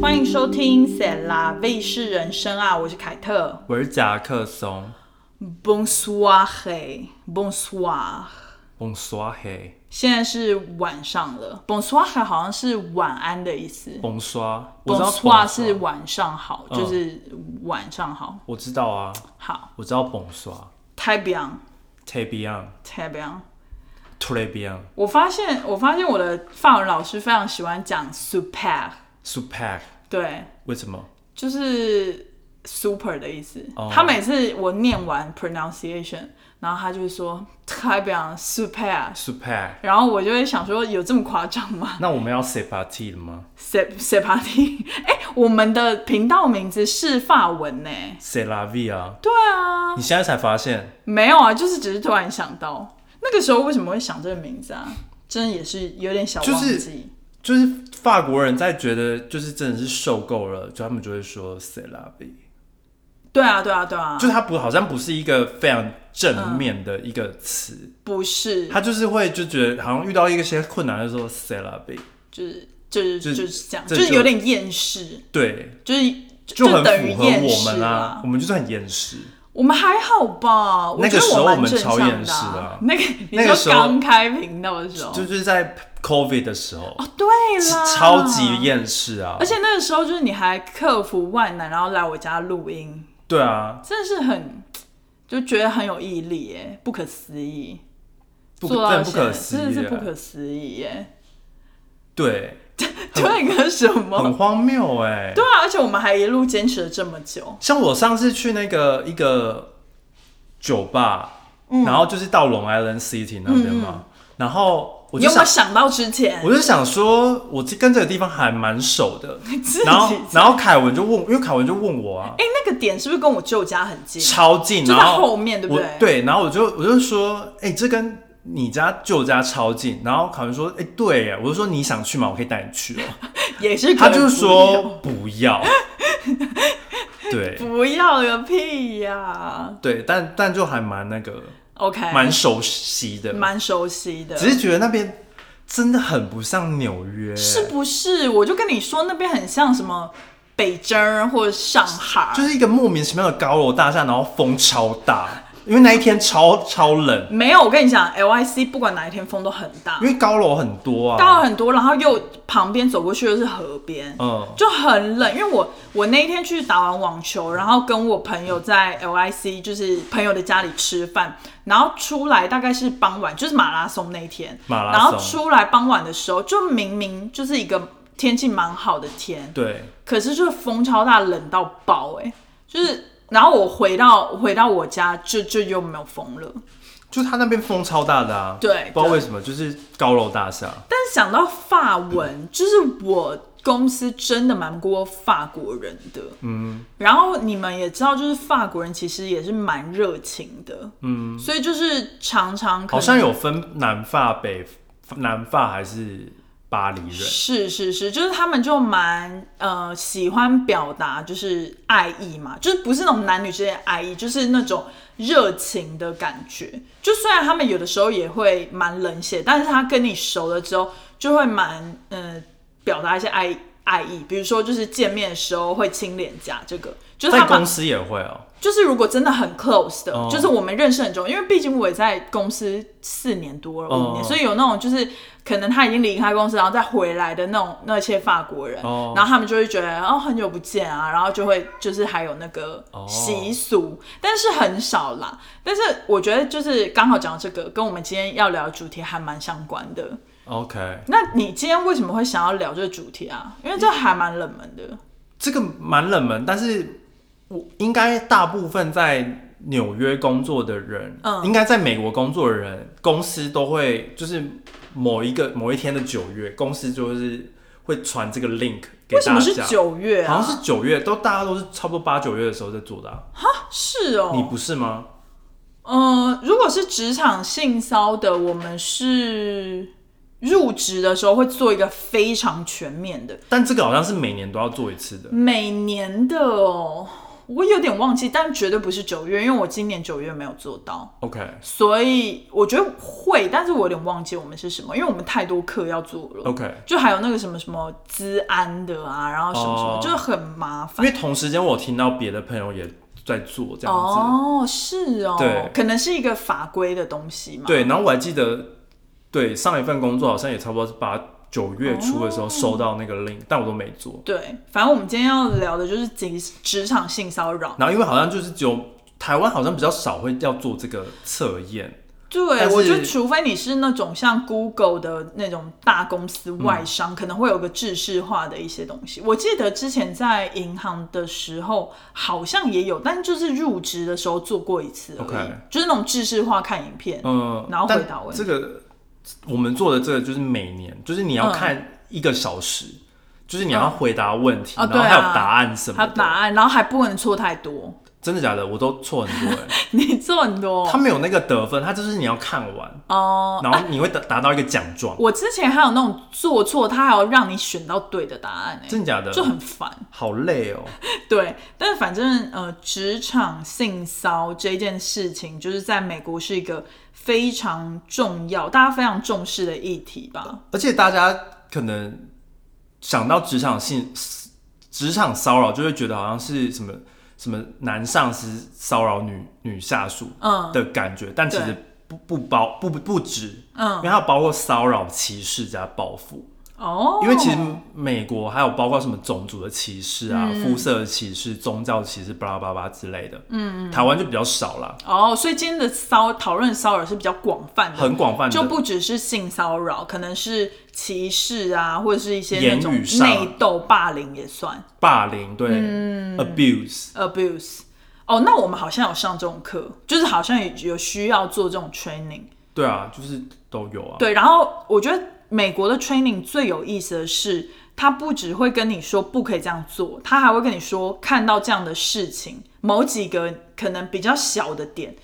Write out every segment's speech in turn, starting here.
欢迎收听《塞拉卫视人生》啊，我是凯特。我是夹克松， Bonsoir，Bonsoir，蹦刷黑，现在是晚上了。Bonsoir 好像是晚安的意思蹦刷，我知道蹦，Bonsoir 刷是，晚上好，啊嗯就是晚上好。我知道啊，好，我知道蹦刷太棒， t a b i a n 太棒。 t a b i a n 我发现，我发现我的法文老师非常喜欢讲 super， super，对，为什么？就是 super 的意思。哦他每次我念完 pronunciation，然后他就会说太棒 super，啊 super，然后我就会想说有这么夸张吗 那我们要 say party 了吗？se se party，哎、我们的频道名字是法文呢、 ？say la vie 啊？对啊，你现在才发现，没有啊，就是只是突然想到，那个时候为什么会想这个名字啊？真的也是有点小忘就记。是就是法国人在觉得就是真的是受够了，就他们就会说 say la vie，对啊，对啊，对啊，就它不好像不是一个非常正面的一个词，不是，他就是会就觉得好像遇到一些困难的时候 say la vie，就是就是就就是这样，就这是就有点厌世，对，就是就很等于符合厌我世们啊，啦我。们就是很厌世。我们还好吧？那我个觉得时候我我蛮们正超常的厌世啊啊。那个你那个说时候刚开频道的时候，就就是在 COVID 的时候，对啦，超级。厌世啊哦啊而！且那个时候就是你还克服万难，然后来我家录音，对啊，真的是很就觉得很有毅力耶，不可思议。不做真到的不现在可思真的议是不啊，可思议耶！对，对个什很么？荒谬哎。对啊，而且我们还一路坚持了这么久。像我上次去那个一个酒吧，嗯然后就是到 Long Island City 那边嘛，然后我你就有没有想，想到之前？我就想说，我这跟这个地方还蛮熟的。 自己然后，在然后凯文就问，因为凯文就 问我啊，哎、那个点是不是跟我舅家很近？超近，就在然后后面对不我对对，然后我就我就说，哎、这跟你家舅家超近。然后考文说，哎、对耶，我就说你想去吗？我可以带 你去哦、也是可他能就不说不 要，对要不要个屁呀、对，但但就还蛮那个 OK，蛮熟悉的，哎蛮熟悉的，只是觉得那边真的很不像纽约，是不是？我就跟你说，那边很像什么北京儿或者上海，就是一个莫名其妙的高楼大厦，然后风超大，因为那一天超超冷，没有。我跟你讲，LIC 不管哪一天风都很大因，为高楼很多大啊，了很多，然后又旁边走过去又是河边。嗯，就很冷，因为我我那一天去打完网球，然后跟我朋友在 LIC 就是朋友的家里吃饭，然后出来大概是傍晚，就是马拉松那一天，马拉然松后出来傍晚的时候，就明明就是一个天气蛮好的天，对，可是就是风超大，冷到爆、哎，就是。然后我回到回到我家，就就又没有风了。就他那边风超大的啊，对不知道为什么，就是高楼大厦，但是想到法文，就是我公司真的蛮多法国人的，嗯，然后你们也知道，就是法国人其实也是蛮热情的，嗯，所以就是常常可能好像有分南法北南法还是巴黎人，是是是，就是他们就蛮呃喜欢表达就是爱意嘛，就是不是那种男女之间的爱意，就是那种热情的感觉。就虽然他们有的时候也会蛮冷血，但是他跟你熟了之后，就会蛮呃表达一些爱爱意，比如说就是见面的时候会亲脸颊，这个就是在他们公司也会哦、就是如果真的很 close 的，哦就是我们认识很久，因为毕竟我也在公司四年多了，五哦年，所以有那种就是可能他已经离开公司，然后再回来的那种那些法国人，哦然后他们就会觉得哦很久不见啊，然后就会就是还有那个哦习俗，但是很少啦。但是我觉得就是刚好讲到这个，跟我们今天要聊的主题还蛮相关的。 OK，那你今天为什么会想要聊这个主题啊？因为这还蛮冷门的。这个蛮冷门，但是我应该大部分在纽约工作的人，嗯应该在美国工作的人，公司都会就是某一个某一天的九月，公司就是会传这个 link 给为什大么家是。九月啊？好像是九月，都大家都是差不多八九月的时候在做的、啊，是哦，你不是吗？嗯，如果是职场性骚的，我们是入职的时候会做一个非常全面的，但这个好像是每年都要做一次的，每年的哦，我有点忘记，但绝对不是九月，因为我今年九月没有做到， ？OK 所以我觉得会，但是我有点忘记我们是什么，因为我们太多课要做了。 OK，就还有那个什么什么资安的啊，然后什么什么，哦就是很麻因烦。为同时间我有听到别的朋友也在做这样子，哦，是哦，对可能是一个法规的东西嘛。，对，然后我还记得，对上一份工作好像也差不多是八九月初的哦时候收到那个 link，、但我都没做。对，反正我们今天要聊的就是职职场性骚扰。然后因为好像就是只有台湾好像比较少会要做这个测验，对，但是我觉得除非你是那种像 Google 的那种大公司外商，可能会有个制式化的一些东西。我记得之前在银行的时候好像也有，但就是入职的时候做过一次而已 OK 就是那种制式化看影片。嗯，然后但回答问题这个我们做的这个就是每年，就是你嗯要看一个小时，就是你要回答问题，哦然后对还有啊答案什还么有的。答案，然后还不能错太多， 真的假的？我都错很多哎、欸你错很多它没有那个得分，它就是你要看完，哦。然后你会达达到一个奖状。我之前还有那种做错，他还要让你选到对的答案、欸，真的假的？就很烦。好累哦。对，但是反正呃，职场性骚这件事情，就是在美国是一个非常重要，大家非常重视的议题吧。而且大家可能想到职场性职场骚扰，就会觉得好像是什么什么男上司骚扰女女下属嗯的感觉，但其实不不包不不止，因嗯，为它有包括骚扰、歧视加报复。哦，嗯因为其实美国还有包括什么种族的歧视啊、肤色的歧视、宗教歧视、巴拉巴拉之类的。嗯，台湾就比较少啦，哦，所以今天的骚讨论骚扰是比较广泛的。很广泛的。就不只是性骚扰，可能是歧视啊，或者是一些那种言语上内斗、霸凌也算呃霸凌，对、a 嗯 b u s e abuse。哦，那我们好像有上这种课，就是好像有有需要做这种 training。对啊，就是都有啊。对，然后我觉得美国的 training 最有意思的是，他不只会跟你说不可以这样做，他还会跟你说看到这样的事情，某几个可能比较小的点，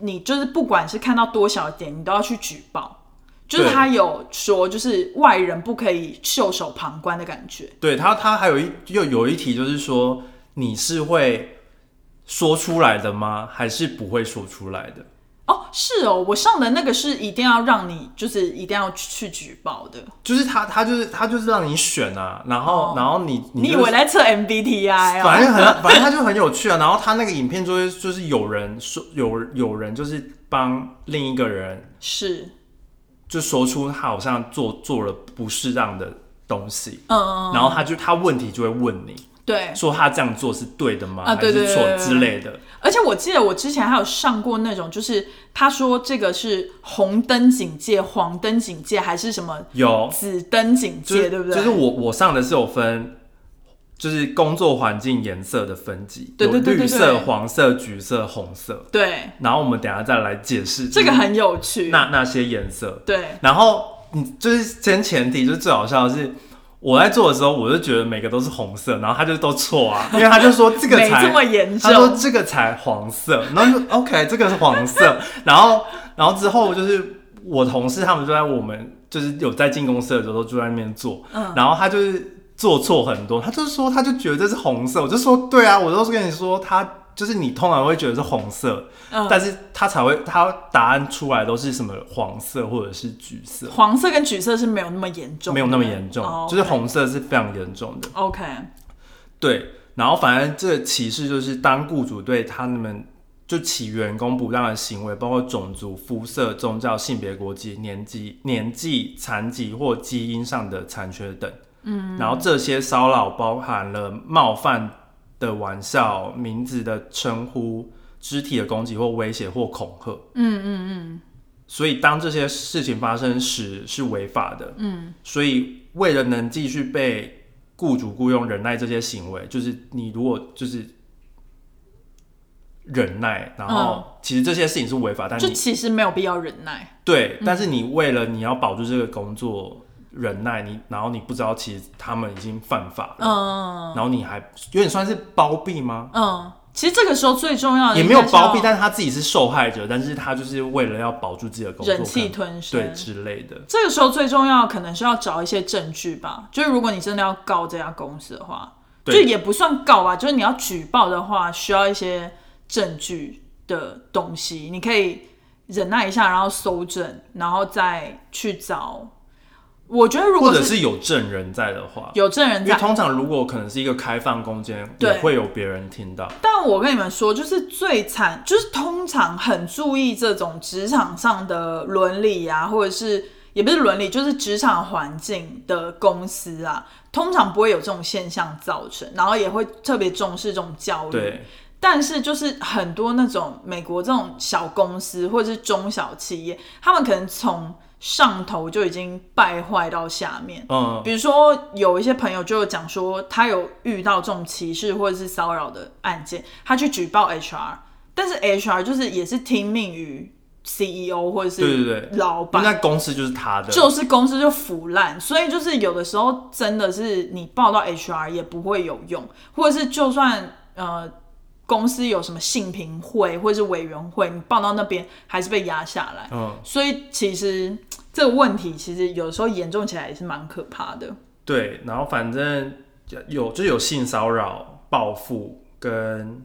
你就是不管是看到多小的点，你都要去举报。就是对他有说，就是外人不可以袖手旁观的感觉。对他，他还有一又有一题就是说，你是会说出来的吗？还是不会说出来的？哦，是哦，我上的那个是一定要让你，就是一定要去举报的。就是他，他就是他就是让你选啊，然后、然后你哦你以就是为在测 MBTI 反啊？正很 反正他就很有趣啊。然后他那个影片就是就是有人说有有人就是帮另一个人是，就说出他好像做做了不适当的东西，嗯嗯，然后他就他问题就会问你嗯对。说他这样做是对的吗？啊对对还是错对对对之类的。而且我记得我之前还有上过那种，就是他说这个是红灯警戒、黄灯警戒还是什么有紫灯警就是戒，对不对？就是我我上的是有分，就是工作环境颜色的分级，对对对有对绿对色、黄色、橘色、红色。对然后我们等一下再来解释这个很有趣。嗯那那些颜色。对然后你就是先前提，就是最好笑的是。我在做的时候，我就觉得每个都是红色，然后他就都错啊，因为他就说这个没才这么严他说重，这个才黄色，然后就 OK，这个是黄色， 然后然后之后就是我同事他们就在我们就是有在进公司的时候就在那边做，嗯然后他就是做错很多，他就是说他就觉得这是红色，我就说对啊，我都是跟你说他。就是你通常会觉得是红色，嗯但是他才会他答案出来都是什么黄色或者是橘色，黄色跟橘色是没有那么严重，没有那么严重，哦就是红色是非常严重的。 OK，对，然后反正这歧视就是当雇主对他们就其员工不当的行为，包括种族、肤色、宗教、性别、国籍、年纪、年纪、残疾或基因上的残缺等。嗯，然后这些骚扰包含了冒犯的玩笑、名字的称呼、肢体的攻击或威胁或恐吓。嗯嗯嗯。所以当这些事情发生时是违法的。嗯。所以为了能继续被雇主雇佣忍耐这些行为，就是你如果就是忍耐，然后其实这些事情是违法，但就你其实没有必要忍耐。对，但是你为了你要保住这个工作忍耐，你然后你不知道其实他们已经犯法了，嗯然后你还有点算是包庇吗？嗯，其实这个时候最重要的也没嗯有应该是要包庇，但是他自己是受害者，但是他就是为了要保住自己的工作，忍气可能吞声。对之类的。这个时候最重要可能是要找一些证据吧，就是如果你真的要告这家公司的话，对就也不算告吧，就是你要举报的话，需要一些证据的东西，你可以忍耐一下，然后搜证，然后再去找。我觉得如或果者是是有证人在的话，有证人因为在，通常如果可能是一个开放空间，也对会有别人听到。但我跟你们说，就是最惨，就是通常很注意这种职场上的伦理啊，或者是也不是伦理，就是职场环境的公司啊，通常不会有这种现象造成，然后也会特别重视这种教育。对，但是就是很多那种美国这种小公司或者是中小企业，他们可能从上头就已经败坏到下面，嗯，比如说，有一些朋友就有讲说，他有遇到这种歧视或者是骚扰的案件，他去举报 HR，但是 HR 就是也是听命于 CEO 或者对对是对老因为板，那公司就是他的，就是公司就腐烂，所以就是有的时候真的是你报到 HR 也不会有用，或者是就算呃公司有什么性评会或者是委员会，你报到那边还是被压下来，嗯，所以其实这个问题其实有时候严重起来也是蛮可怕的。对。然后反正有就有性骚扰、报复跟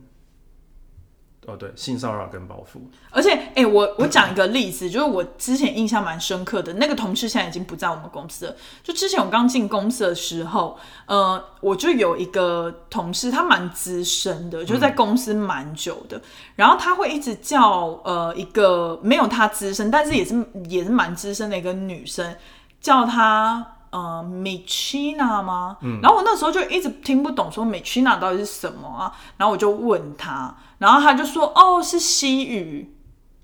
哦对，性骚扰跟报复，而且，哎、我我讲一个例子，就是我之前印象蛮深刻的，那个同事现在已经不在我们公司了。就之前我刚进公司的时候，呃，我就有一个同事，他蛮资深的，就在公司蛮久的，然后他会一直叫呃一个没有他资深，但是也是也是蛮资深的一个女生，叫她。呃，Michina 吗？然后我那时候就一直听不懂，说 Michina 到底是什么啊？然后我就问他，然后他就说，哦，是西语。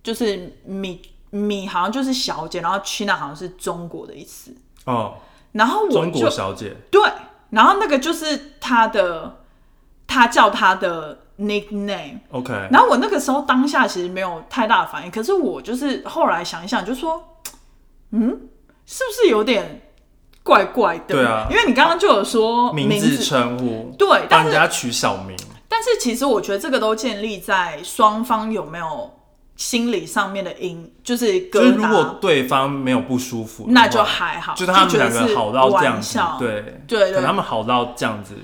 就是米米好像就是小姐，然后 China 好像是中国的意思。哦，然后我中就国小姐，对，然后那个就是他的，他叫他的 nickname。 OK，然后我那个时候当下其实没有太大的反应，可是我就是后来想一想，就说，嗯，是不是有点怪怪的？对啊因为你刚刚就有说名字称呼，对，帮但人是家取小名，但是其实我觉得这个都建立在双方有没有心理上面的因，就是疙就瘩。是如果对方没有不舒服的话，那就还好，就是他们觉得两个是好到这样玩子笑，。对对对可能他们好到这样子，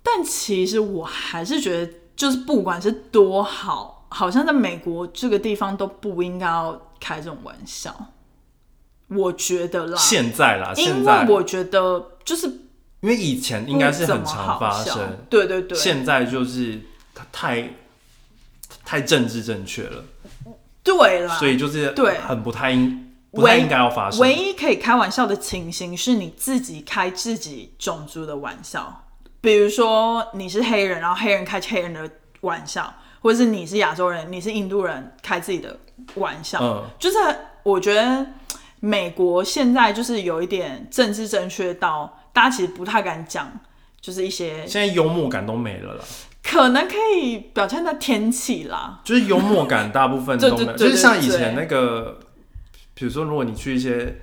但其实我还是觉得，就是不管是多好，好像在美国这个地方都不应该要开这种玩笑，我觉得啦，现在啦，现因在为我觉得就是因为以前应该是不怎很么常好发笑生，对对对，现在就是它太太政治正确了，对啦，所以就是啊对很不太应不太唯应该要发生。唯一可以开玩笑的情形是你自己开自己种族的玩笑，比如说你是黑人，然后黑人开黑人的玩笑，或者是你是亚洲人，你是印度人开自己的玩笑，嗯就是我觉得美国现在就是有一点政治正确到大家其实不太敢讲，就是一些现在幽默感都没了啦，可能可以表现在天气啦，就是幽默感大部分都没对有，对对就是像以对前那个，比如说如果你去一些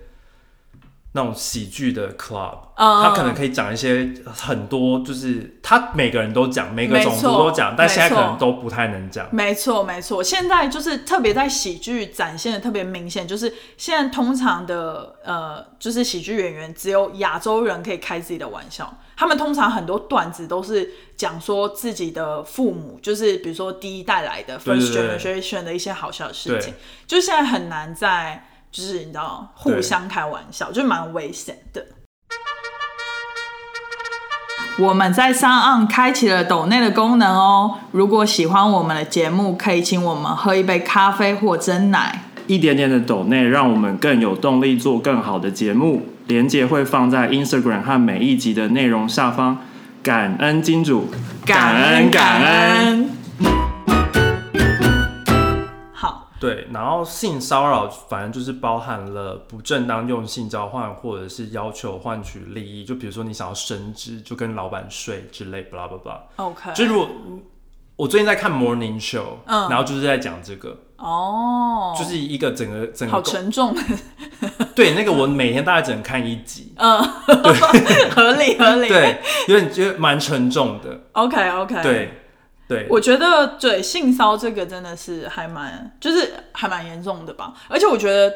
那种喜剧的 club，、嗯他可能可以讲一些很多，就是他每个人都讲，每个没种族错都讲，但没现在可错能都不太能讲。没错，没错。现在就是特别在喜剧展现的特别明显，就是现在通常的呃，就是喜剧演员只有亚洲人可以开自己的玩笑，他们通常很多段子都是讲说自己的父母，就是比如说第一代来的对 first 对对 generation 的一些好笑的事情对，就现在很难在就是你知道互对相开玩笑，就蛮危险的。我们在上岸开启了抖内的功能哦。如果喜欢我们的节目，可以请我们喝一杯咖啡或蒸奶。一点点的抖内，让我们更有动力做更好的节目。连接会放在 Instagram 和每一集的内容下方。感恩金主，感恩。好，对，然后性骚扰反正就是包含了不正当用性交换，或者是要求换取利益，就比如说你想要升职，就跟老板睡之类，blah blah blah。 ，OK，就如果我最近在看 Morning Show，、嗯然后就是在讲这个，哦，就是一个整个整好个沉重， 对那个我每天大概只能看一集，嗯， 合理合理， 对，有点觉得蛮沉重的， ，OK OK，，对对，我觉得对性骚这个真的是还蛮，就是还蛮严重的吧。而且我觉得，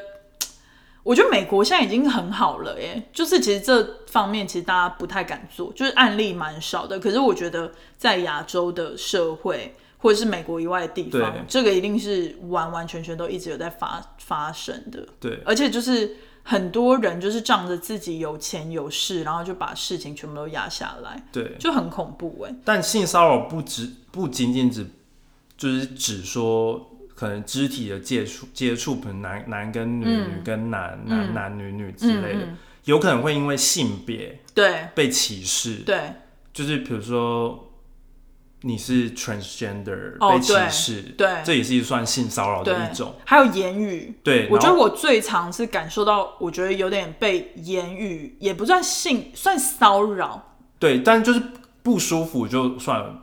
我觉得美国现在已经很好了耶，就是其实这方面其实大家不太敢做，就是案例蛮少的。可是我觉得在亚洲的社会或者是美国以外的地方对，这个一定是完完全全都一直有在发发生的。对，而且就是很多人就是仗着自己有钱有势，然后就把事情全部都压下来，对，就很恐怖哎。但性骚扰不只不仅仅只就是只说可能肢体的接触接触，可能男男跟女、嗯女跟男、嗯男男女女之类的，嗯嗯有可能会因为性别对被歧视，对就是比如说你是 transgender、哦被歧对视，对这也是一算性骚扰对的一种，，还有言语，对，我觉得然后我最常是感受到，我觉得有点被言语，也不算性，算骚扰。对，但就是不舒服就算了，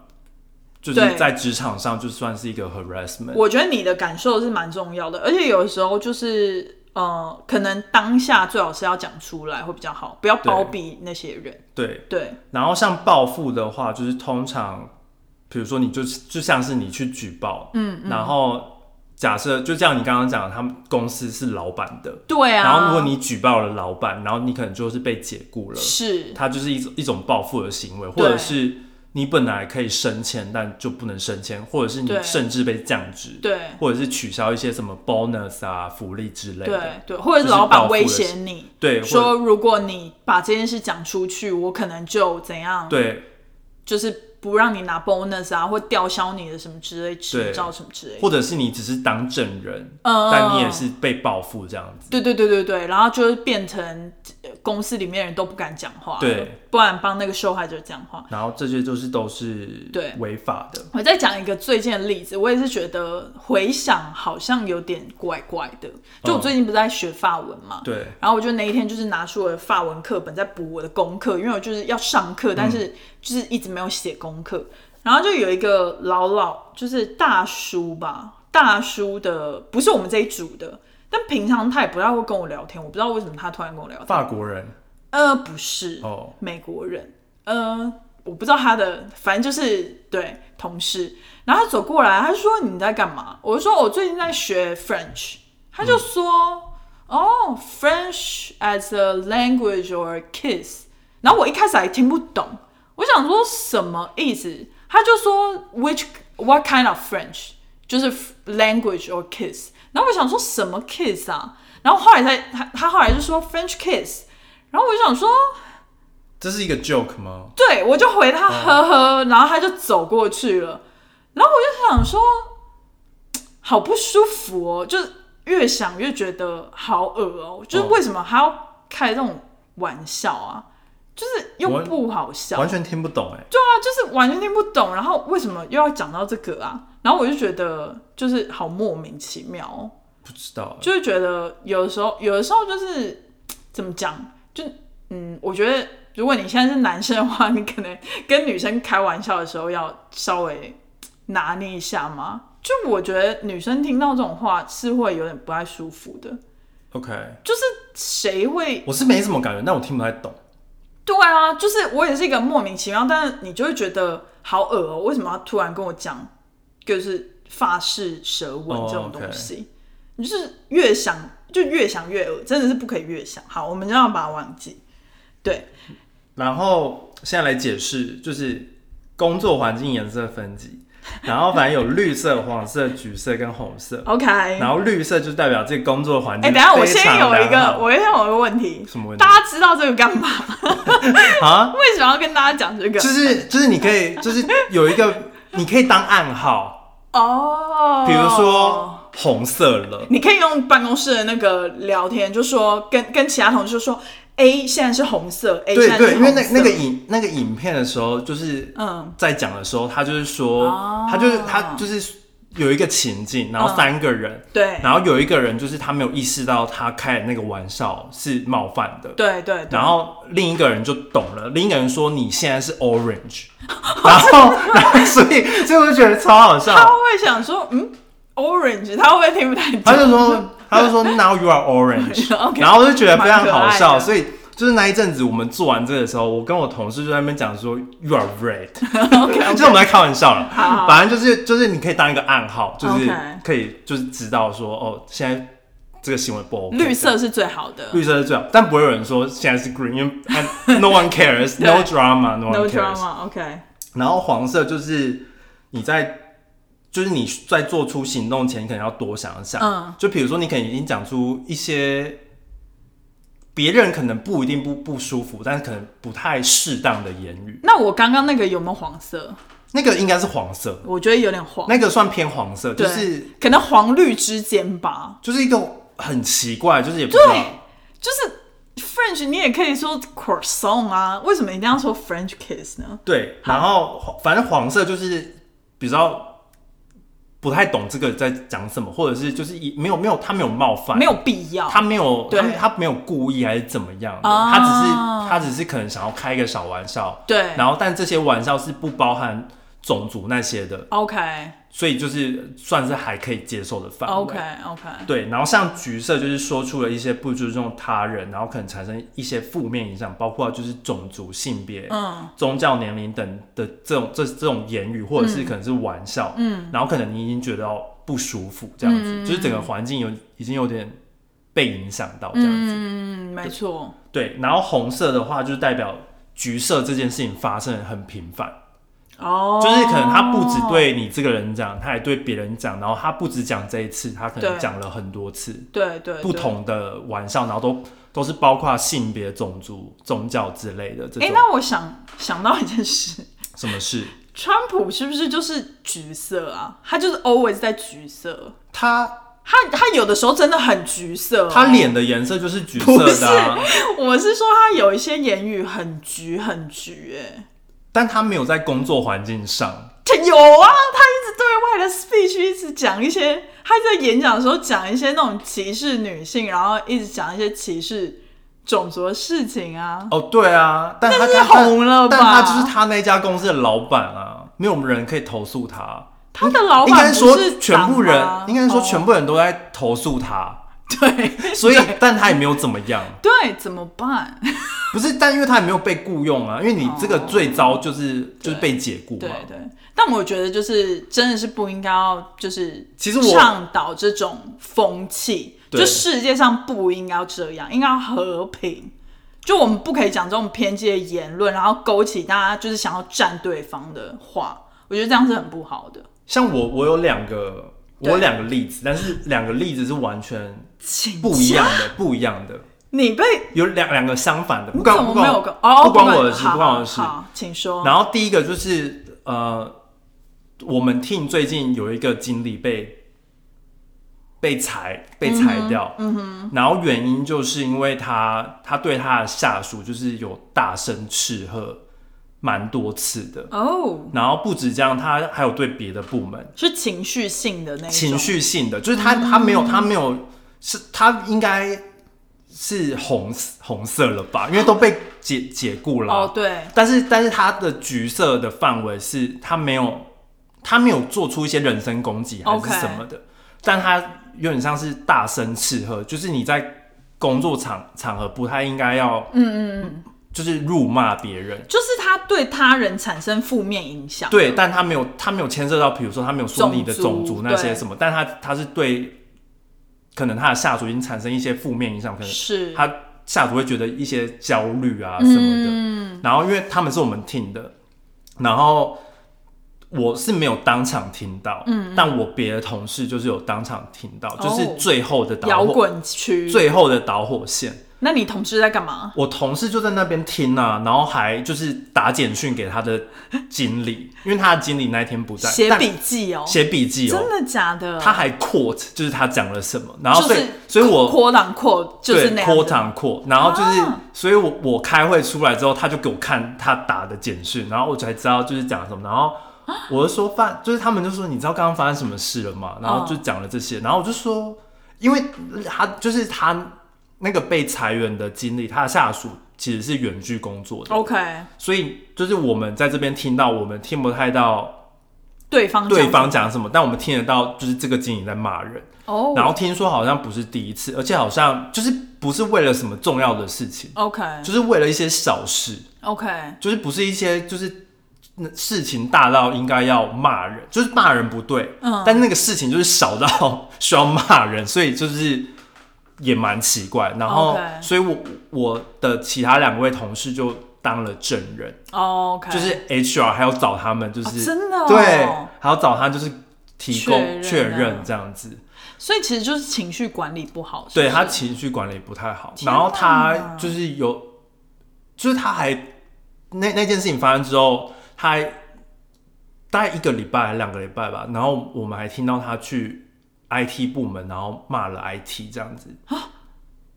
就是对在职场上就算是一个 harassment，我觉得你的感受是蛮重要的，而且有的时候就是，呃，可能当下最好是要讲出来会比较好，不要包庇那些人。对。对然后像报复的话，就是通常，比如说你就就像是你去举报，嗯，然后假设就像你刚刚讲的，他们公司是老板的，对啊。然后如果你举报了老板，然后你可能就是被解雇了，是它就是一种一种报复的行为，或者是你本来可以升迁，但就不能升迁，或者是你对甚至被降职，对或者是取消一些什么 bonus 啊、福利之类的，对对，或者就是是老报板复的威事胁你，对，或说如果你把这件事讲出去，我可能就怎样，对，就是不让你拿 bonus 啊，或吊销你的什么之类执照什么之类的。或者是你只是当证人，嗯但你也是被报复这样子。对对对对对，然后就是变成呃公司里面人都不敢讲话，对，不敢帮那个受害者讲话。然后这些就是都是对违法的，我再讲一个最近的例子，我也是觉得回想好像有点怪怪的。就我最近不是在学法文嘛，嗯对然后我就那一天就是拿出我的法文课本在补我的功课，因为我就是要上课，但是就是一直没有写功课。然后就有一个老老就是大叔吧，大叔的不是我们这一组的，但平常他也不太会跟我聊天，我不知道为什么他突然跟我聊天。法国人呃，不是，哦，美国人，呃，我不知道他的，反正就是对同事。然后他走过来，他就说你在干嘛？我就说我最近在学 French。他就说、哦，French as a language or kiss。然后我一开始还听不懂，我想说什么意思？他就说 which what kind of French 就是 f- language or kiss。然后我想说什么 kiss 啊？然后后来他他他后来就说 French kiss。然后我就想说，这是一个 joke 吗？对，我就回他嗯呵呵，然后他就走过去了，然后我就想说，好不舒服哦，就越想越觉得好恶哦，就是哦为什么还要开这种玩笑啊？就是又完不好笑，完全听不懂哎、对啊，就是完全听不懂，然后为什么又要讲到这个啊？然后我就觉得就是好莫名其妙、哦，不知道欸、就会觉得有的时候，有的时候就是怎么讲，就嗯，我觉得如果你现在是男生的话，你可能跟女生开玩笑的时候要稍微拿捏一下嘛。就我觉得女生听到这种话是会有点不太舒服的， OK，就是谁会我是没什么感觉，但我听不太懂。对啊，就是我也是一个莫名其妙，但是你就会觉得好恶哦、为什么要突然跟我讲，就是发式舌吻哦这种东西你就是越想就越想越恶，真的是不可以越想。好，我们就要把它忘记。对，然后现在来解释，就是工作环境颜色分级，然后反正有绿色、黄色、橘色跟 红色， OK。然哎、后绿色就代表这个工作环境等非一下常良好。我先有一个，我先有一个问题，什么问题大家知道这个干嘛？ 啊，为什么要跟大家讲这个就？是就是你可以就是有一个，你可以当暗号，哦，比如说红色了。你可以用办公室的那个聊天，就说跟跟其他同事说，A 现在是红色，A 现对在是对，因为红那色那个影那个影片的时候，就是嗯在讲的时候，他就是说，哦嗯他就是他就是有一个情境，然后三个人，对然后有一个人就是他没有意识到他开的那个玩笑是冒犯的，对对对然后另一个人就懂了，另一个人说你现在是 orange，然 后然后所以所以我就觉得超他好会笑，不会想说，嗯，orange，他会不会听不太懂？ 他就说他就说 now you are orange，OK，然后我就觉得非常好蛮可爱笑，的所以就是那一阵子我们做完这个的时候，我跟我同事就在那边讲说 “You are red”，就是我们在开玩笑了。好好反正就是就是你可以当一个暗号，就是 OK 可以就是知道说哦，现在这个行为不 OK。绿色是最好的。绿色是最好，但不会有人说现在是 green，因为啊 no one cares，no 对 drama，no No one cares。 drama，OK、然后黄色就是你在，就是你在做出行动前，你可能要多想一想。嗯，就比如说你可能已经讲出一些别人可能不一定不不舒服，但是可能不太适当的言语，那我刚刚那个有没有黄色？那个应该是黄色，我觉得有点黄，那个算偏黄色，就对，是可能黄绿之间吧。就是一个很奇怪，就是也不知道。就是 French，你也可以说 croissant 啊，为什么一定要说 French kiss 呢？对，然后黄反正黄色就是比较不太懂这个在讲什么，或者是就是一没有没有他没有冒犯，没有必要。他没有对他他没有故意还是怎么样的，啊他只是他只是可能想要开一个小玩笑，对然后但这些玩笑是不包含种族那些的， OK 所以就是算是还可以接受的范围。 OK OK，对，然后像橘色就是说出了一些不尊重他人，然后可能产生一些负面影响，包括就是种族、性别、嗯宗教、年龄等的这种这这种言语，或者是可能是玩笑，嗯，然后可能你已经觉得到不舒服，这样子，嗯就是整个环境有已经有点被影响到这样子。嗯，没错。对，然后红色的话就是代表橘色这件事情发生得很频繁，哦，就是可能他不只对你这个人讲，他也对别人讲，然后他不只讲这一次，他可能对讲了很多次。对对不。对同的玩笑，然后都都是包括性别、种族、宗教之类的这哎、种那我想想到一件事， 什么事？川普是不是就是橘色啊？他就是 always 在橘色，他他他有的时候真的很橘色、他。脸的颜色就是橘不色是的、啊，， 我是说他有一些言语很橘很橘、哎，但他没有在工作环境上。这有啊，他一直对外的 speech 一直讲一些，他在演讲的时候讲一些那种歧视女性，然后一直讲一些歧视种族的事情啊。哦，对啊，但他但是但红了吧但他就是他那家公司的老板啊，没有人可以投诉他。他的老应该板说不是全部党人吗，应该说哦全部人都在投诉他，对 所以但他也没有怎么样。对，怎么办？不是，但因为他也没有被雇佣啊，因为你这个最糟就是、就对是被解雇嘛。哦对对，但我觉得就是真的是不应该要就是其实我倡导这种风气，对就世界上不应该要这样，应该要和平。就我们不可以讲这种偏激的言论，然后勾起大家就是想要站对方的话，我觉得这样是很不好的。像我，我有两个，我对有两个例子，但是两个例子是完全请不一样的，不一样的，你被有两两个相反的，不怎么关不没关有我跟哦？不关我的事，好不关我的事。好，请说。然后第一个就是呃，我们 team 最近有一个经理被被裁被裁掉，嗯哼，然后原因就是因为他他对他的下属就是有大声斥喝蛮多次的，哦，然后不止这样，他还有对别的部门。是情绪性的那一种情绪性的，就是他他没有他没有是他应该是红红色了吧，因为都被解解雇了啊、哦，对，但是但是他的橘色的范围是他没有他没有做出一些人身攻击还是 OK 什么的但他有点像是大声斥喝，就是你在工作场场合不太应该要嗯嗯嗯，就是辱骂别人。就是他对他人产生负面影响。对，但他没有，他没有牵涉到，比如说他没有说你的种种族族那些对什么，但他他是对，可能他的下属已经产生一些负面影响，可能是他下属会觉得一些焦虑啊什么的。嗯然后因为他们是我们听的，然后我是没有当场听到，但我别的同事就是有当场听到，就是嗯哦最后的导摇火，滚区。最后的导火线。那你同事在干嘛？我同事就在那边听啊，然后还就是打简讯给他的经理，因为他的经理那一天不在，写但笔记哦，写笔记哦真，的假的？他还 quote 就是他讲了什么，然后所就以、是所以我。扩档扩就是那对样，quote 子。 on quote，然后就是，啊所以我我开会出来之后，他就给我看他打的简讯，然后我才知道就是讲什么，然后啊我就说发，就是他们就说你知道刚刚发生什么事了哦吗？然后就讲了这些，然后我就说，因为他就是他那个被裁员的经理，他的下属其实是远距工作哦的， OK，所以就是我们在这边听到，我们听不太到对方对讲方讲什么，但我们听得到就是这个经理在骂人。哦，然后听说好像不是第一次，而且好像就是不是为了什么重要的事情， OK 就是为了一些小事， OK，就是不是一些就是那事情大到应该要骂人，就是骂人不对，嗯但那个事情就是小到需要骂人，所以就是也蛮奇怪。然后 OK 所以我我的其他两位同事就当了证人，哦 OK，就是 HR 还要找他们，就哎哦是、真的哦对，还要找他就是提确认供啊确认这样子。所以其实就是情绪管理不好。是不对是他情绪管理不太好，天然后他哪就是有，就是他还那那件事情发生之后，他还大概一个礼拜、两个礼拜吧，然后我们还听到他去 IT 部门，然后骂了 IT 这样子。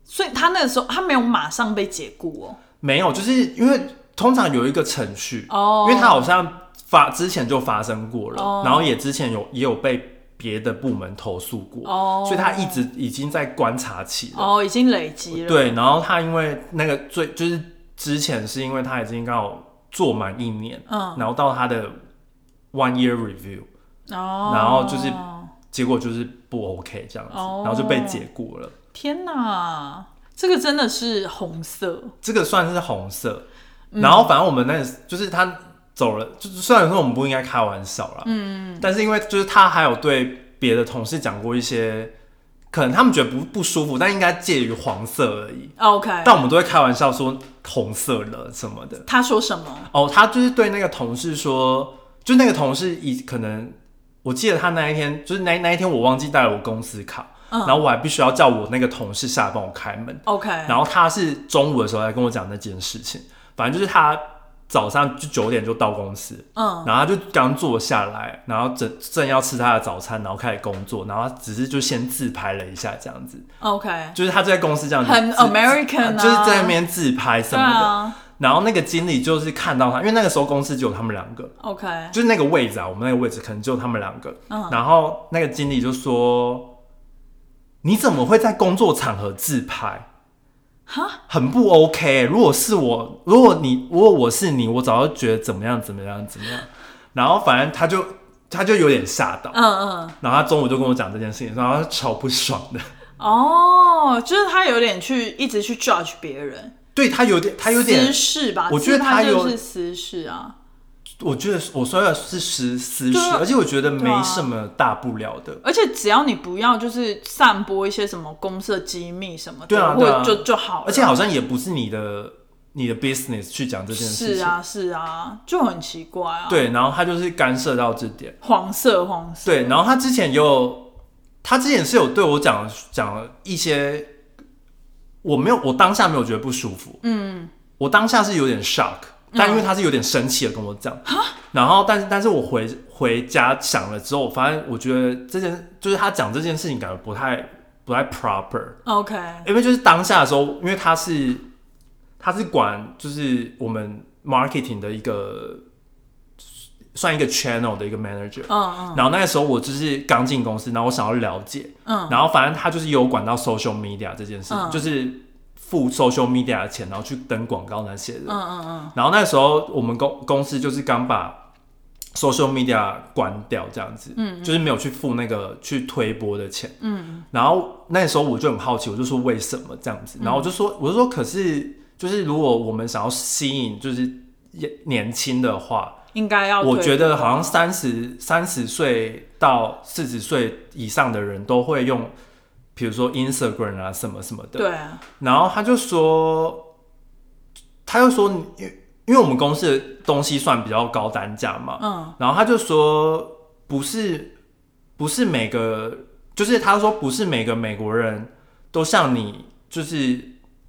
所以他那个时候他没有马上被解雇哦。没有，就是因为通常有一个程序，哦因为他好像发之前就发生过了，哦然后也之前有也有被别的部门投诉过，哦所以他一直已经在观察期了。哦，已经累积了。对，然后他因为那个最就是之前是因为他已经刚好做满一年，嗯然后到他的 one year review，哦，然后就是结果就是不 OK 这样子，哦然后就被解雇了。天哪，这个真的是红色。这个算是红色，然后反正我们那就是他走了，就是虽然说我们不应该开玩笑啦，嗯，但是因为就是他还有对别的同事讲过一些，可能他们觉得不不舒服，但应该介于黄色而已。 OK，但我们都会开玩笑说红色了什么的，他说什么？哦，他就是对那个同事说，就那个同事以可能，我记得他那一天就是那那一天我忘记带了我公司卡，嗯然后我还必须要叫我那个同事下来帮我开门， OK，然后他是中午的时候才跟我讲那件事情，反正就是他早上就九点就到公司，嗯，然后他就刚坐下来，然后正正要吃他的早餐，然后开始工作，然后他只是就先自拍了一下这样子， OK，就是他就在公司这样子很自 American 啊就是在那边自拍什对么的。啊然后那个经理就是看到他，因为那个时候公司只有他们两个， ，OK，就是那个位置啊，我们那个位置可能只有他们两个。嗯然后那个经理就说：“你怎么会在工作场合自拍？哈，很不 OK 欸、如果是我，如果你，如果我是你，我早就觉得怎么样怎么样怎么样。 然后反正他就他就有点吓到，嗯嗯，然后他中午就跟我讲这件事情，然后他超不爽的。哦，就是他有点去一直去 judge 别人，对他有点，他有点私，事吧？我觉得自拍他有就是私事啊。我觉得我说的是私私事对啊，而且我觉得对啊没什么大不了的。而且只要你不要就是散播一些什么公社机密什么的，对啊或对啊就就好了。而且好像也不是你的你的 business 去讲这件事情，是啊是啊，就很奇怪啊。，对，然后他就是干涉到这点，黄色黄色，对，然后他之前也有，他之前是有对我讲讲了一些，我没有，我当下没有觉得不舒服，嗯，我当下是有点 shock，但嗯因为他是有点生气的跟我讲，然后但是但是我回回家想了之后，我发现我觉得这件就是他讲这件事情感觉不太不太 proper， OK，因为就是当下的时候，因为他是他是管就是我们 marketing 的一个算一个 channel 的一个 manager，嗯然后那个时候我就是刚进公司，然后我想要了解，嗯然后反正他就是有管到 social media 这件事，嗯就是付 social media 的钱，然后去登广告那些的。嗯嗯嗯然后那个时候我们公公司就是刚把 social media 关掉，这样子，嗯，就是没有去付那个去推播的钱，嗯，然后那时候我就很好奇，我就说为什么这样嗯子，然后我就说，我就说，可是就是如果我们想要吸引就是年轻的话，嗯，应该要我退觉得步好像三十三十岁到四十岁以上的人都会用，比如说 Instagram 啊什么什么的，对啊然后他就说，他就说，因为因为我们公司的东西算比较高单价嘛，嗯然后他就说，不是不是每个，就是他说不是每个美国人都像你，就是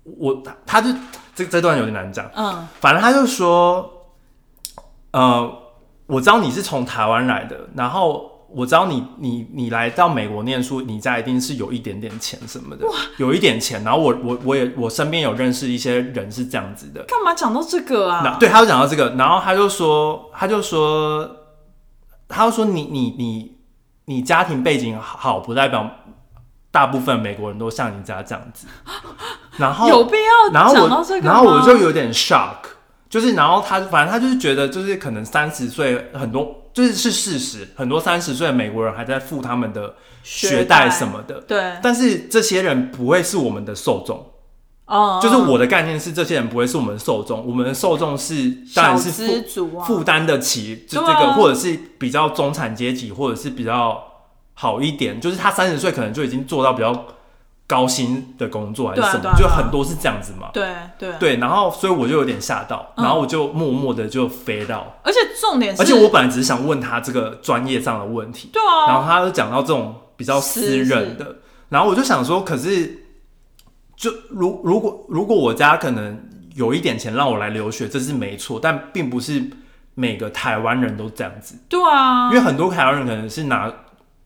我，他他就这这段有点难讲，嗯反正他就说，呃，我知道你是从台湾来的，然后。我知道你，你你来到美国念书，你家一定是有一点点钱什么的，有一点钱。然后我我我也我身边有认识一些人是这样子的，干嘛讲到这个那啊？对，他就讲到这个，然后他就说，他就说，他就说你你你你家庭背景好，不代表大部分美国人都像你家这样子。然后有必 要然后讲到我这个吗然后我就有点 shock，就是然后他反正他就是觉得就是可能三十岁很多就是是事实，很多三十岁的美国人还在付他们的学贷什么的，对，但是这些人不会是我们的受众。哦，就是我的概念是，这些人不会是我们的受众，我们的受众是当然是小负资族啊负担得起这这对啊个，或者是比较中产阶级，或者是比较好一点，就是他三十岁可能就已经做到比较高薪的工作还是对啊什么，对啊就对啊很多是这样子嘛。对对，对，然后所以我就有点吓到，嗯然后我就默默的就飞到，而且重点是，而且我本来只是想问他这个专业上的问题，对啊，然后他就讲到这种比较私人的，然后我就想说，可是就如如果如果我家可能有一点钱让我来留学，这是没错，但并不是每个台湾人都这样子，对啊因，为很多台湾人可能是拿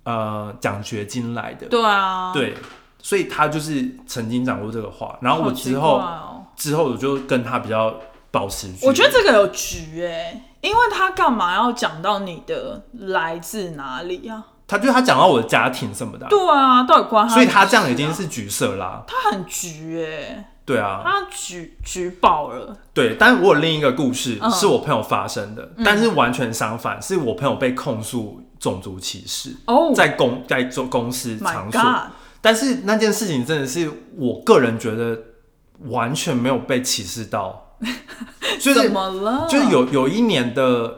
呃奖学金来的，对啊，对，所以他就是曾经讲过这个话，然好奇怪哦，后我之后、之后我就跟他比较保持距离，我觉得这个有局哎、因为他干嘛要讲到你的来自哪里啊？他就是他讲到我的家庭什么的啊、对啊，到底关他、所以他这样已经是橘色啦，他很局哎、对啊，他举举报了，对，但我有另一个故事、嗯是我朋友发生的，但是完全相反，是我朋友被控诉种族歧视，哦 Oh 在公在做公司 My 场所 God，但是那件事情真的是我个人觉得完全没有被歧 视到，就是怎么了？就是有有一年的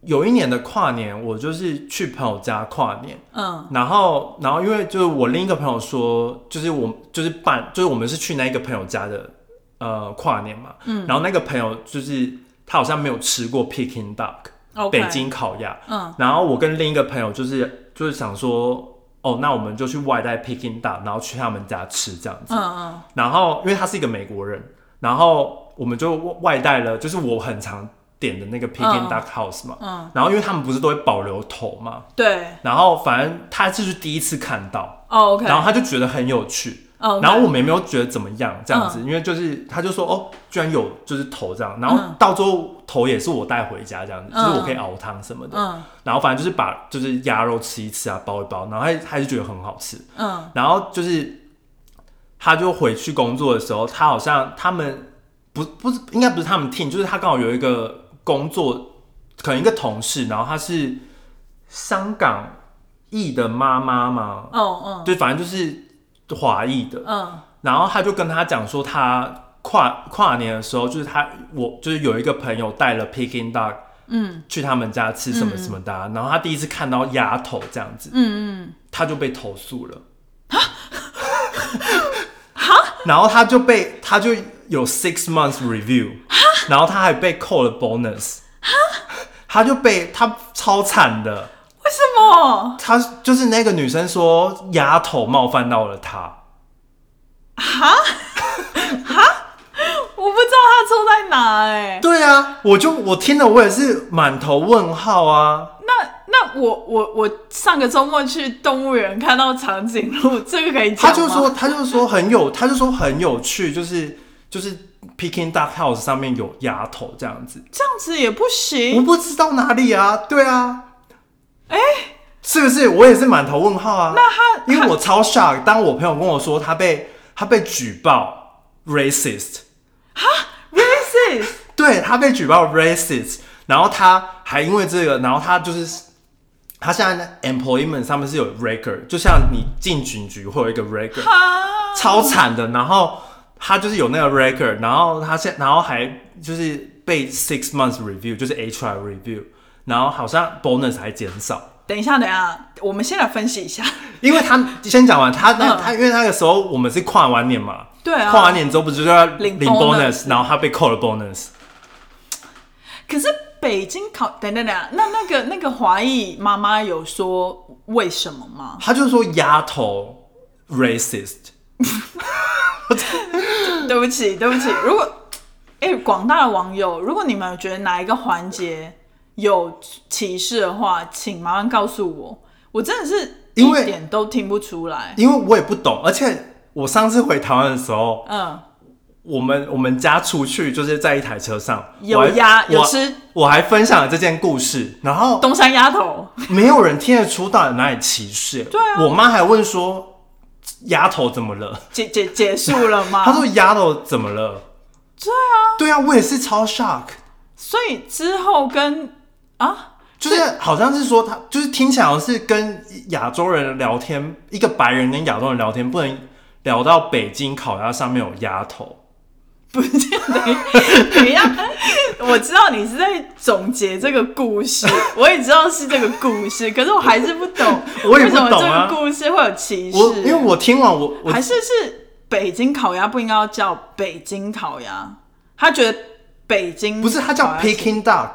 有一年的跨年，我就是去朋友家跨年，嗯然后，然后因为就是我另一个朋友说，就是我就是办，就是我们是去那一个朋友家的呃跨年嘛，嗯，然后那个朋友就是他好像没有吃过 Peking duck ，OK，北京烤鸭，嗯然后我跟另一个朋友就是就是想说，哦，那我们就去外带 Peking duck，然后去他们家吃这样子，嗯嗯然后因为他是一个美国人，然后我们就外带了，就是我很常点的那个 Peking 嗯 duck house 嘛，嗯，然后因为他们不是都会保留头嘛，对然后反正他就是第一次看到，哦，OK，然后他就觉得很有趣，哦，然后我们也没有觉得怎么样这嗯样子，因为就是他就说哦，居然有就是头这样，然后到最后头也是我带回家这样子，嗯就是我可以熬汤什么的，嗯然后反正就是把就是鸭肉吃一吃啊，包一包，然后他他就觉得很好吃，嗯然后就是他就回去工作的时候，他好像他们不不是应该不是他们 team，就是他刚好有一个工作，可能一个同事，然后他是香港裔的妈妈嘛，哦嗯对，反正就是华裔的，嗯然后他就跟他讲说，他跨跨年的时候，就是他我就是有一个朋友带了 Peking Duck 嗯去他们家吃什么什么的啊、然后他第一次看到鸭头这样子，嗯啊他就被投诉了。 然后他就被他就有 six months review，然后他还被扣了 bonus，他就被他超惨的，嗯，为什么他就是那个女生说丫头冒犯到了他，我不知道他错在哪哎、对啊，我就我听了我也是满头问号啊，那那我我我上个周末去动物园看到长颈鹿，这个可以讲他吗就说，他就说很有，他就说很有趣，就是就是 Peking Duck House 上面有丫头这样子，这样子也不我行，不知道哪里啊，对啊，哎、是不是？我也是满头问号啊。那他，因为我超 shock，当我朋友跟我说他被他被举报 racist，这是对他被举报 racist，然后他还因为这个，然后他就是。他现在 employment 上面是有 record，就像你进警局会有一个 record，啊，超惨的。然后他就是有那个 record，然后他现然后还就是被 six months review，就是 HR review，然后好像 bonus 还减少。等一下等一下，我们先来分析一 下，因为他先讲完，他那嗯他因为那个时候我们是跨完年嘛，对啊跨完年之后不是就要领领 bonus， bonus 然后他被扣了 bonus，可是北京考，等等等一下，那那个那个华裔妈妈有说为什么吗？他就说丫头 racist， 对不起对不起，如果哎广、大的网友，如果你们觉得哪一个环节有歧视的话，请麻烦告诉我，我真的是因一为点都听不出来，因为我也不懂，而且我上次回台湾的时候，嗯。我们我们家出去就是在一台车上有我还鸭我有吃我还分享了这件故事，然后东山丫头，没有人听得出到底哪里歧视，对啊我妈还问说丫头怎么了。结结结束了吗？他说丫头怎么了？对啊，对啊，我也是超 shock，所以之后跟啊，就是好像是说他就是听起来好像是跟亚洲人聊天，一个白人跟亚洲人聊天不能聊到北京烤鸭上面有鸭头，不是这样的，你要， 我知道你是在总结这个故 事，我也知道是这个故事，可是我还是不懂我也为不什么这懂啊个故事会有歧视。我因为我听完我我还是是北京烤鸭不应该要叫北京烤鸭，他觉得北京不是它叫烤鸭 Peking duck，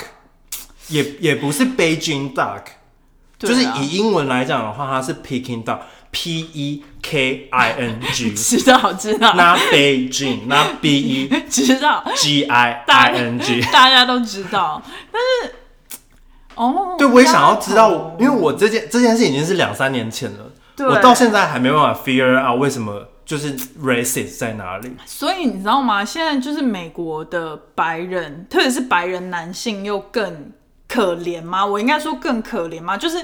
也也不是 Beijing duck，、对就是啊以英文来讲的话，它是 Peking duck，P E K I N G，知道知道那 Beijing，那 B E 知道， G I 大 I N G。大家 都知道，但是哦，对，我也想要知鸭道头，因为我这件这件事已经是两三年前了，哦对我到现在还没办法 figure out 为什么就是 racist 在哪里。所以你知道吗？现在就是美国的白人，特别是白人男性又更可怜吗？我应该说更可怜吗？就是，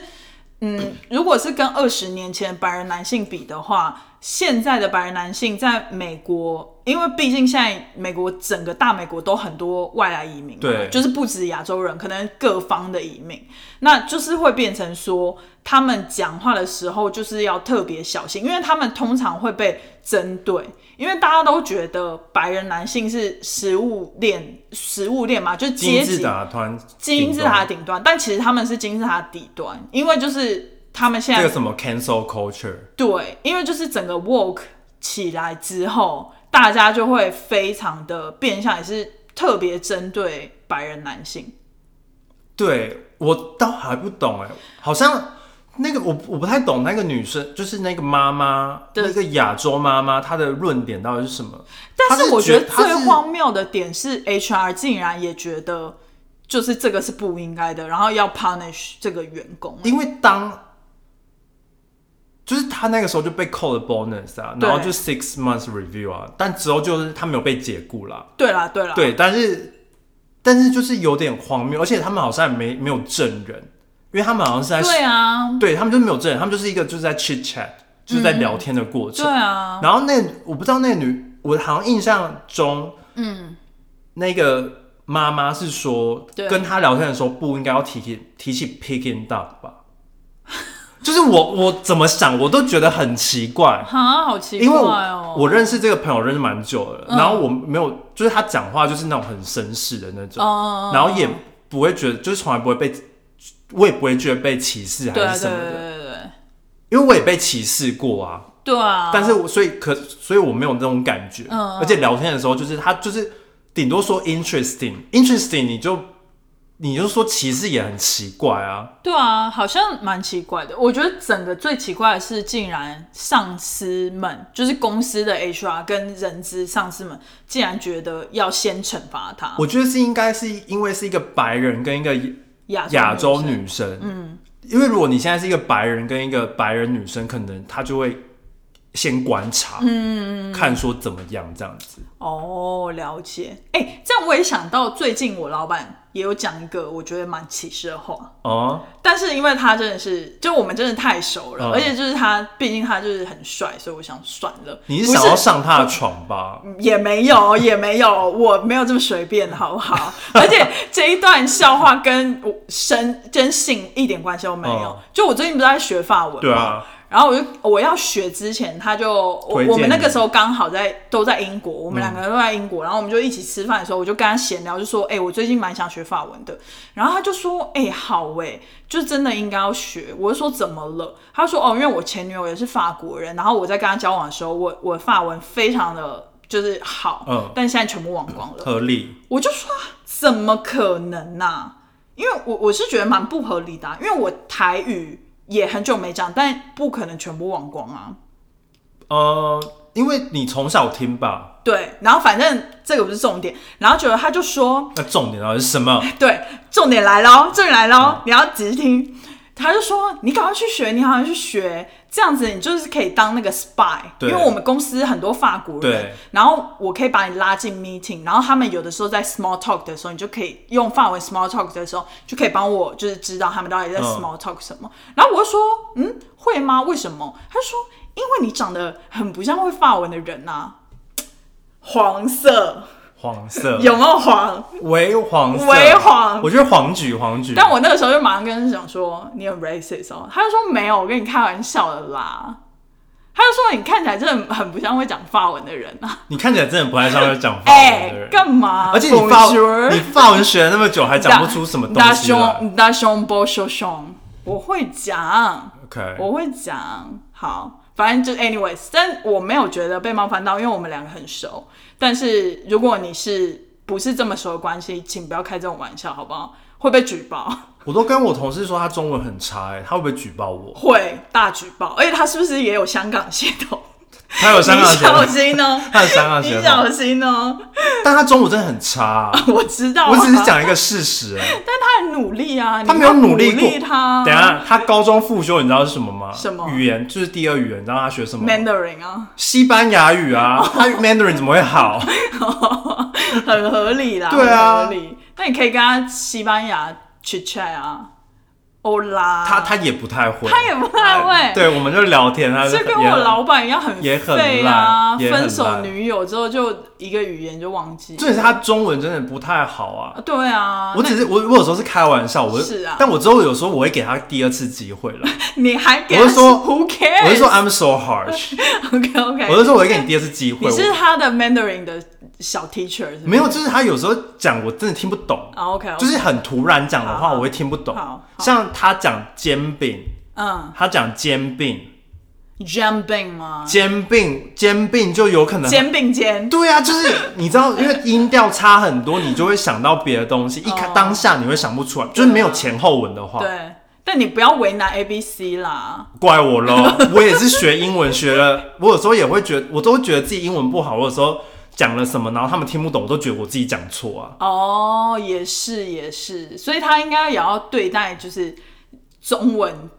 嗯，如果是跟二十年前的白人男性比的话，现在的白人男性在美国，因为毕竟现在美国整个大美国都很多外来移民嘛，对就是不止亚洲人，可能各方的移民，那就是会变成说，他们讲话的时候就是要特别小心，因为他们通常会被针对，因为大家都觉得白人男性是食物链，食物链嘛，就是阶金字级塔团，金字塔顶端，但其实他们是金字塔底端，因为就是他们现这在个什么 cancel culture，对，因为就是整个 work 起来之后，大家就会非常的变相，也是特别针对白人男性。对我倒还不懂哎、好像那个我我不太懂那个女生，就是那个妈妈，对那个亚洲妈妈，她的论点到底是什么？但她是我觉觉得她最是荒谬的点是，HR 竟然也觉得就是这个是不应该的，然后要 punish 这个员工。因为当就是他那个时候就被扣了 bonus 啊，对然后就 six months review 啊，但之后就是他没有被解雇啦。对啦，对啦，对，但是但是就是有点荒谬，而且他们好像也没没有证人，因为他们好像是在对啊，对他们就没有证人，他们就是一个就是在 chit chat，就是在聊天的过程。对啊，然后那我不知道那女，我好像印象中，嗯，那个妈妈是说对跟她聊天的时候不应该要提起提起 picking up 吧？就是我我怎么想我都觉得很奇怪，哈，好奇因为怪我,、哦。我认识这个朋友认识蛮久了，嗯然后我没有就是他讲话就是那种很绅士的那种，哦然后也不会觉得就是从来不会被，我也不会觉得被歧视对还啊是对什么对的，对对对因为我也被歧视过啊。对啊！但是我所以可所以我没有那种感觉，嗯而且聊天的时候就是他就是顶多说 interesting，interesting 你就你就说歧视也很奇怪啊，对啊，好像蛮奇怪的。我觉得整个最奇怪的是，竟然上司们，就是公司的 HR 跟人资上司们，竟然觉得要先惩罚他。我觉得是应该是因为是一个白人跟一个亚亚洲生女生，嗯，因为如果你现在是一个白人跟一个白人女生，可能她就会先观察，嗯，看说怎么样这样子，哦，了解。哎、这样我也想到，最近我老板也有讲一个我觉得蛮歧视的话，哦、但是因为他真的是，就我们真的太熟了，嗯而且就是他，毕竟他就是很帅，所以我想算了。你是不想要上她的床吧？也没有，也没有，我没有这么随便，好不 好？而且这一段笑话跟我生跟性一点关系都没有。哦就我最近不是在学法文嘛，对啊，然后我就我要学之前，他就我推荐我们那个你时候刚好在都在英国，我们两个人都在英国，然后我们就一起吃饭的时候，我就跟他闲聊，就说：“哎、我最近蛮想学法文的。”然后他就说：“哎、好哎、就真的应该要学。”我就说：“怎么了？”他说：“哦，因为我前女友也是法国人，然后我在跟他交往的时候，我我法文非常的就是好，嗯但现在全部忘光了。”合理，我就说怎么可能呐、啊因为我我是觉得蛮不合理的啊、因为我台语也很久没讲，但不可能全部忘光啊。呃，因为你从小听吧。对，然后反正这个不是重点，然后结果他就说，那重点到底是什么？对，重点来嗯喽，重点来喽，你要仔细听。他就说：“你赶快去学，你赶快去学，这样子你就是可以当那个 spy，因对为我们公司很多法国人对，然后我可以把你拉进 meeting，然后他们有的时候在 small talk 的时候，你就可以用法文 small talk 的时候，就可以帮我就是知道他们到底在嗯 small talk 什么。然后我就说：嗯，会吗？为什么？他就说：因为你长得很不像会法文的人呐、黄色黄嗯色 有没有黄？微黄色，微黄我觉得黄橘黄橘， 但我那个时候就马上跟他讲说你很 racist 哦，他就说没有，我跟你开玩笑的啦。他就说你看起来真的很不像会讲法文的人啊！你看起来真的不太像会讲法文哎的人，，干嘛？而且你法 Bonjour 你法文学了那么久，还讲不出什么东西来。大胸波胸胸，我会讲， OK，我会讲。好，反正就 anyways，但我没有觉得被冒犯到，因为我们两个很熟。但是如果你是不是这么熟的关系，请不要开这种玩笑，好不好？会被举报，我都跟我同事说他中文很差、欸，他会不会举 报我？会大举报。而且他是不是也有香港血统？他有哦香港你血小统，心哦，他有香港血你统小，心哦。但他中文真的很差、 啊。我知道、啊，我只是，讲一个事实、 欸，但他很努力啊，他你没有要努鼓力励过。他。啊等一下，他高中复修你知道是什么吗？什么语言？就是第二语言，你知道他学什么吗？ Mandarin 啊，西班牙语 啊，他 Mandarin 怎么会好？很合理啦，对啊很合理。那你可以跟他西班牙 chit chat 啊，欧拉，他他也不太会，他也不 太会，，对，我们就聊天，他这也跟我老板一样很也很废啊，烂也很分手烂女友之后就一个语言就忘记，重点是他中文真的不太好啊。对啊，我只是我，我有时候是开玩笑，我是啊但我之后有时候我会给他第二次机会 了。你还给我是说 Who 我是 cares？说 I'm so harsh， OK OK，我是说啊我会给你第二次机会。你我是他的 Mandarin 的小 teacher 是不是没有，就是他有时候讲我真的听不懂，啊 OK，就是很突然讲的好话好我会听不懂好。好像他讲煎饼，嗯他讲煎饼， ，Jumping 吗？煎饼，煎饼就有可能肩并肩，对啊，就是你知道，因为音调差很多，你就会想到别的东西。一开哦当下你会想不出来，就是没有前后文的话，对，但你不要为难 A B C 啦。怪我喽。 我也是学英文学了，我有时候也会觉得，我都会觉得自己英文不好。我有时候讲了什么，然后他们听不懂，我都觉得我自己讲错啊。哦，也是也是，所以他应该也要对待就是中文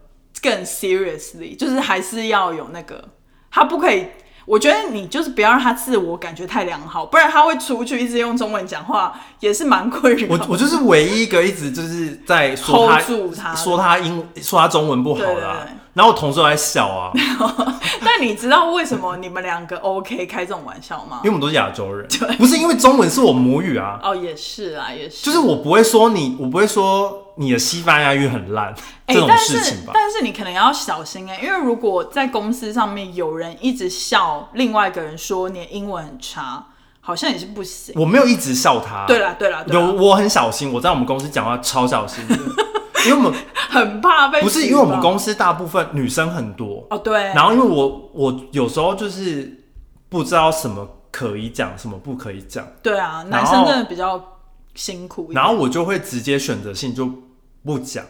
更 seriously，就是还是要有那个，他不可以。我觉得你就是不要让他自我感觉太良好，不然他会出去一直用中文讲话，也是蛮困扰。我我就是唯一一个一直就是在说 Hold 他住他的说他英说他中文不好的、啊对对对然后我同事都在笑啊，因 但你知道为什么你们两个 OK 开这种玩笑吗为？我们都是亚洲人，不是因为中文是我母语啊，哦，也是啊，也是。就是我不会说你，我不会说你的西班牙语很烂、哎，这种但事是情吧。但是你可能要小心哎、因为如果在公司上面有人一直笑另外一个人说你的英文很差，好像也是不行。我没有一直笑他，对啦对啦对嗯有啦，我很小心，我在我们公司讲话超小心 的，因为我们很怕被不是举因为我们报公司大部分女生很多，哦对，然后因为我我有时候就是不知道什么可以讲，什么不可以讲，对啊，然男后生真的比较辛苦一点，然后我就会直接选择性就不讲，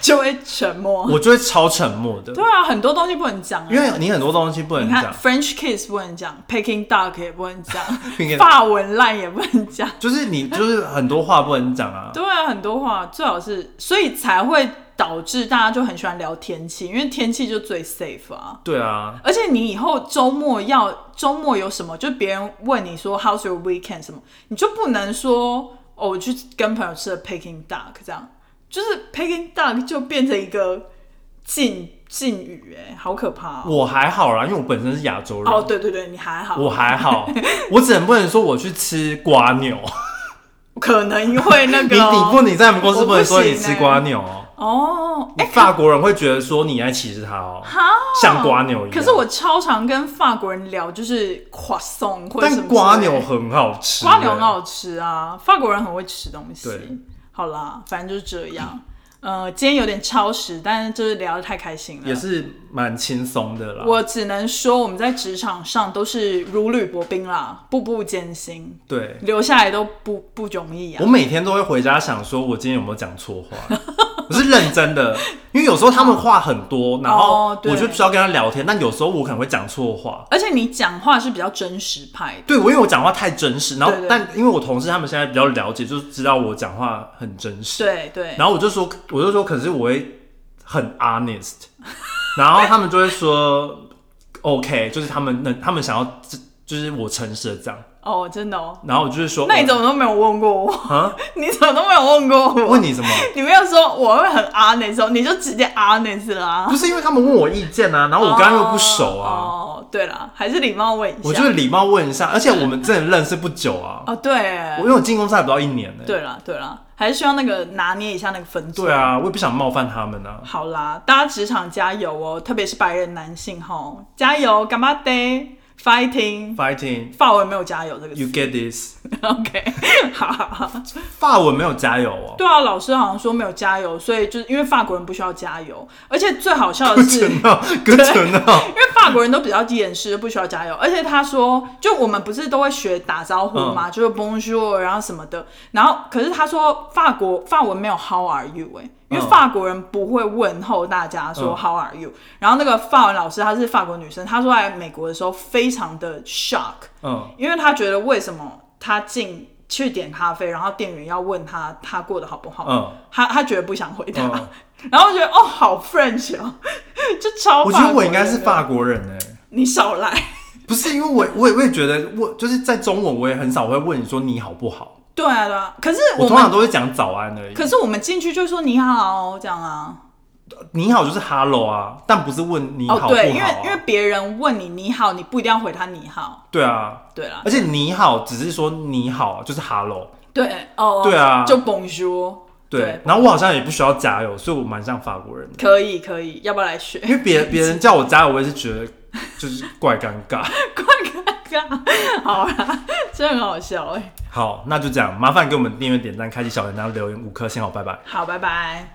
就会沉默。我就会超沉默的，对啊，很多东西不能讲啊，因为你很多东西不能你看讲， French kiss 不能讲，Peking duck 也不能 讲 Peking-，法文烂也不能讲。就是你就是很多话不能讲啊，对啊，很多话最好是，所以才会导致大家就很喜欢聊天气，因为天气就最 safe 啊。对啊，而且你以后周末要周末有什么，就别人问你说 How's your weekend 什么，你就不能说哦，我去跟朋友吃了 Peking duck 这样，就是 Peking duck 就变成一个禁禁语、哎，好可怕、哦！我还好啦，因为我本身是亚洲人。哦，对对对，你还好，我还 好，我只能不能说我去吃瓜牛。哦可能会那你个、哦你不你在我们公司我不能说你行吃欸瓜牛哦，哦，哎、法国人会觉得说你在歧视他哦，哈，像瓜牛一样。可是我超常跟法国人聊，就是垮松或者什么但之类的瓜牛很好吃，欸瓜牛很好吃啊，法国人很会吃东西对。好啦，反正就是这样。呃，今天有点超时，但是就是聊得太开心了。欸也是蛮轻松的啦。我只能说，我们在职场上都是如履薄冰啦，步步艰辛，对，留下来都不不容易啊我。每天都会回家想说，我今天有没有讲错话？我是认真的，因为有时候他们话很多，然后哦对我就需要跟他聊天，但有时候我可能会讲错话。而且你讲话是比较真实派的，对，我因为我讲话太真实，然后对对但因为我同事他们现在比较了解，就知道我讲话很真实。对对，然后我就说，我就说，可是我会很 honest，然后他们就会说 OK，就是他们能，他们想要这就是我诚实的这样，哦，真的哦。然后我就是说，那你哦怎么都没有问过我？ 啊？你怎么都没有问过我？问你什么？ 你没有说我会很 honest，哦你就直接 honest 啦不。是因为他们问我意见啊，然后我跟他又不熟哦，啊，哦哦对啦，还是礼貌问一下。我觉得礼貌问一下，而且我们真的认识不久 啊，哦，对，我因为我进公司还不到一年呢、对啦，对啦，还是需要那个拿捏一下那个分寸。对啊，我也不想冒犯他们啊。好啦，大家职场加油哦，特别是白人男性吼，加油，干嘛的，fighting。 Fighting, 法文没有加油这个 you 词 get this。 ，OK，好好好。法文没有加油哦， 对啊，老师好像说没有加油，所以就是因为法国人不需要加油，而且最好笑的是， 真的，哥真的，因为法国人都比较掩饰，不需要加油。而且他说，就我们不是都会学打招呼嘛，嗯就是 Bonjour，然后什么的。然后可是他说法国法文没有 How are you 哎、因为嗯法国人不会问候大家说嗯 How are you、然后那个法文老师她是法国女生，她说来哎美国的时候非常的 shock，嗯，因为她觉得为什么她进。去点咖啡，然后店员要问她她过得好不好，嗯她她觉得不想回答，嗯然后我觉得哦好 French 哦， 就超我觉得法我国应该人是的法国人哎、你少来。不是因为我我也我也觉得我就是在中文我也很少会问你说你好不好， 对啊，对啊。可是我我通常们，都会讲早安而已。可是我们进去就说你好这样啊。你好就是 hello 啊，但不是问你好哦不好、，啊对，因为因为别人问你你好，你不一定要回他你好。对啊，对啦，而且你好只是说你好就是 hello，对哦，对啊就 Bonjour，对。对然后我好像也不需要加油，所以我蛮像法国人的，可以可以，要不要来学？ 因为别别人叫我加油，我也是觉得就是怪尴尬。好啦，真的很好笑哎、好，那就这样，麻烦给我们订阅、点赞、开启小铃铛、留言五颗星，好，拜拜。好，拜拜。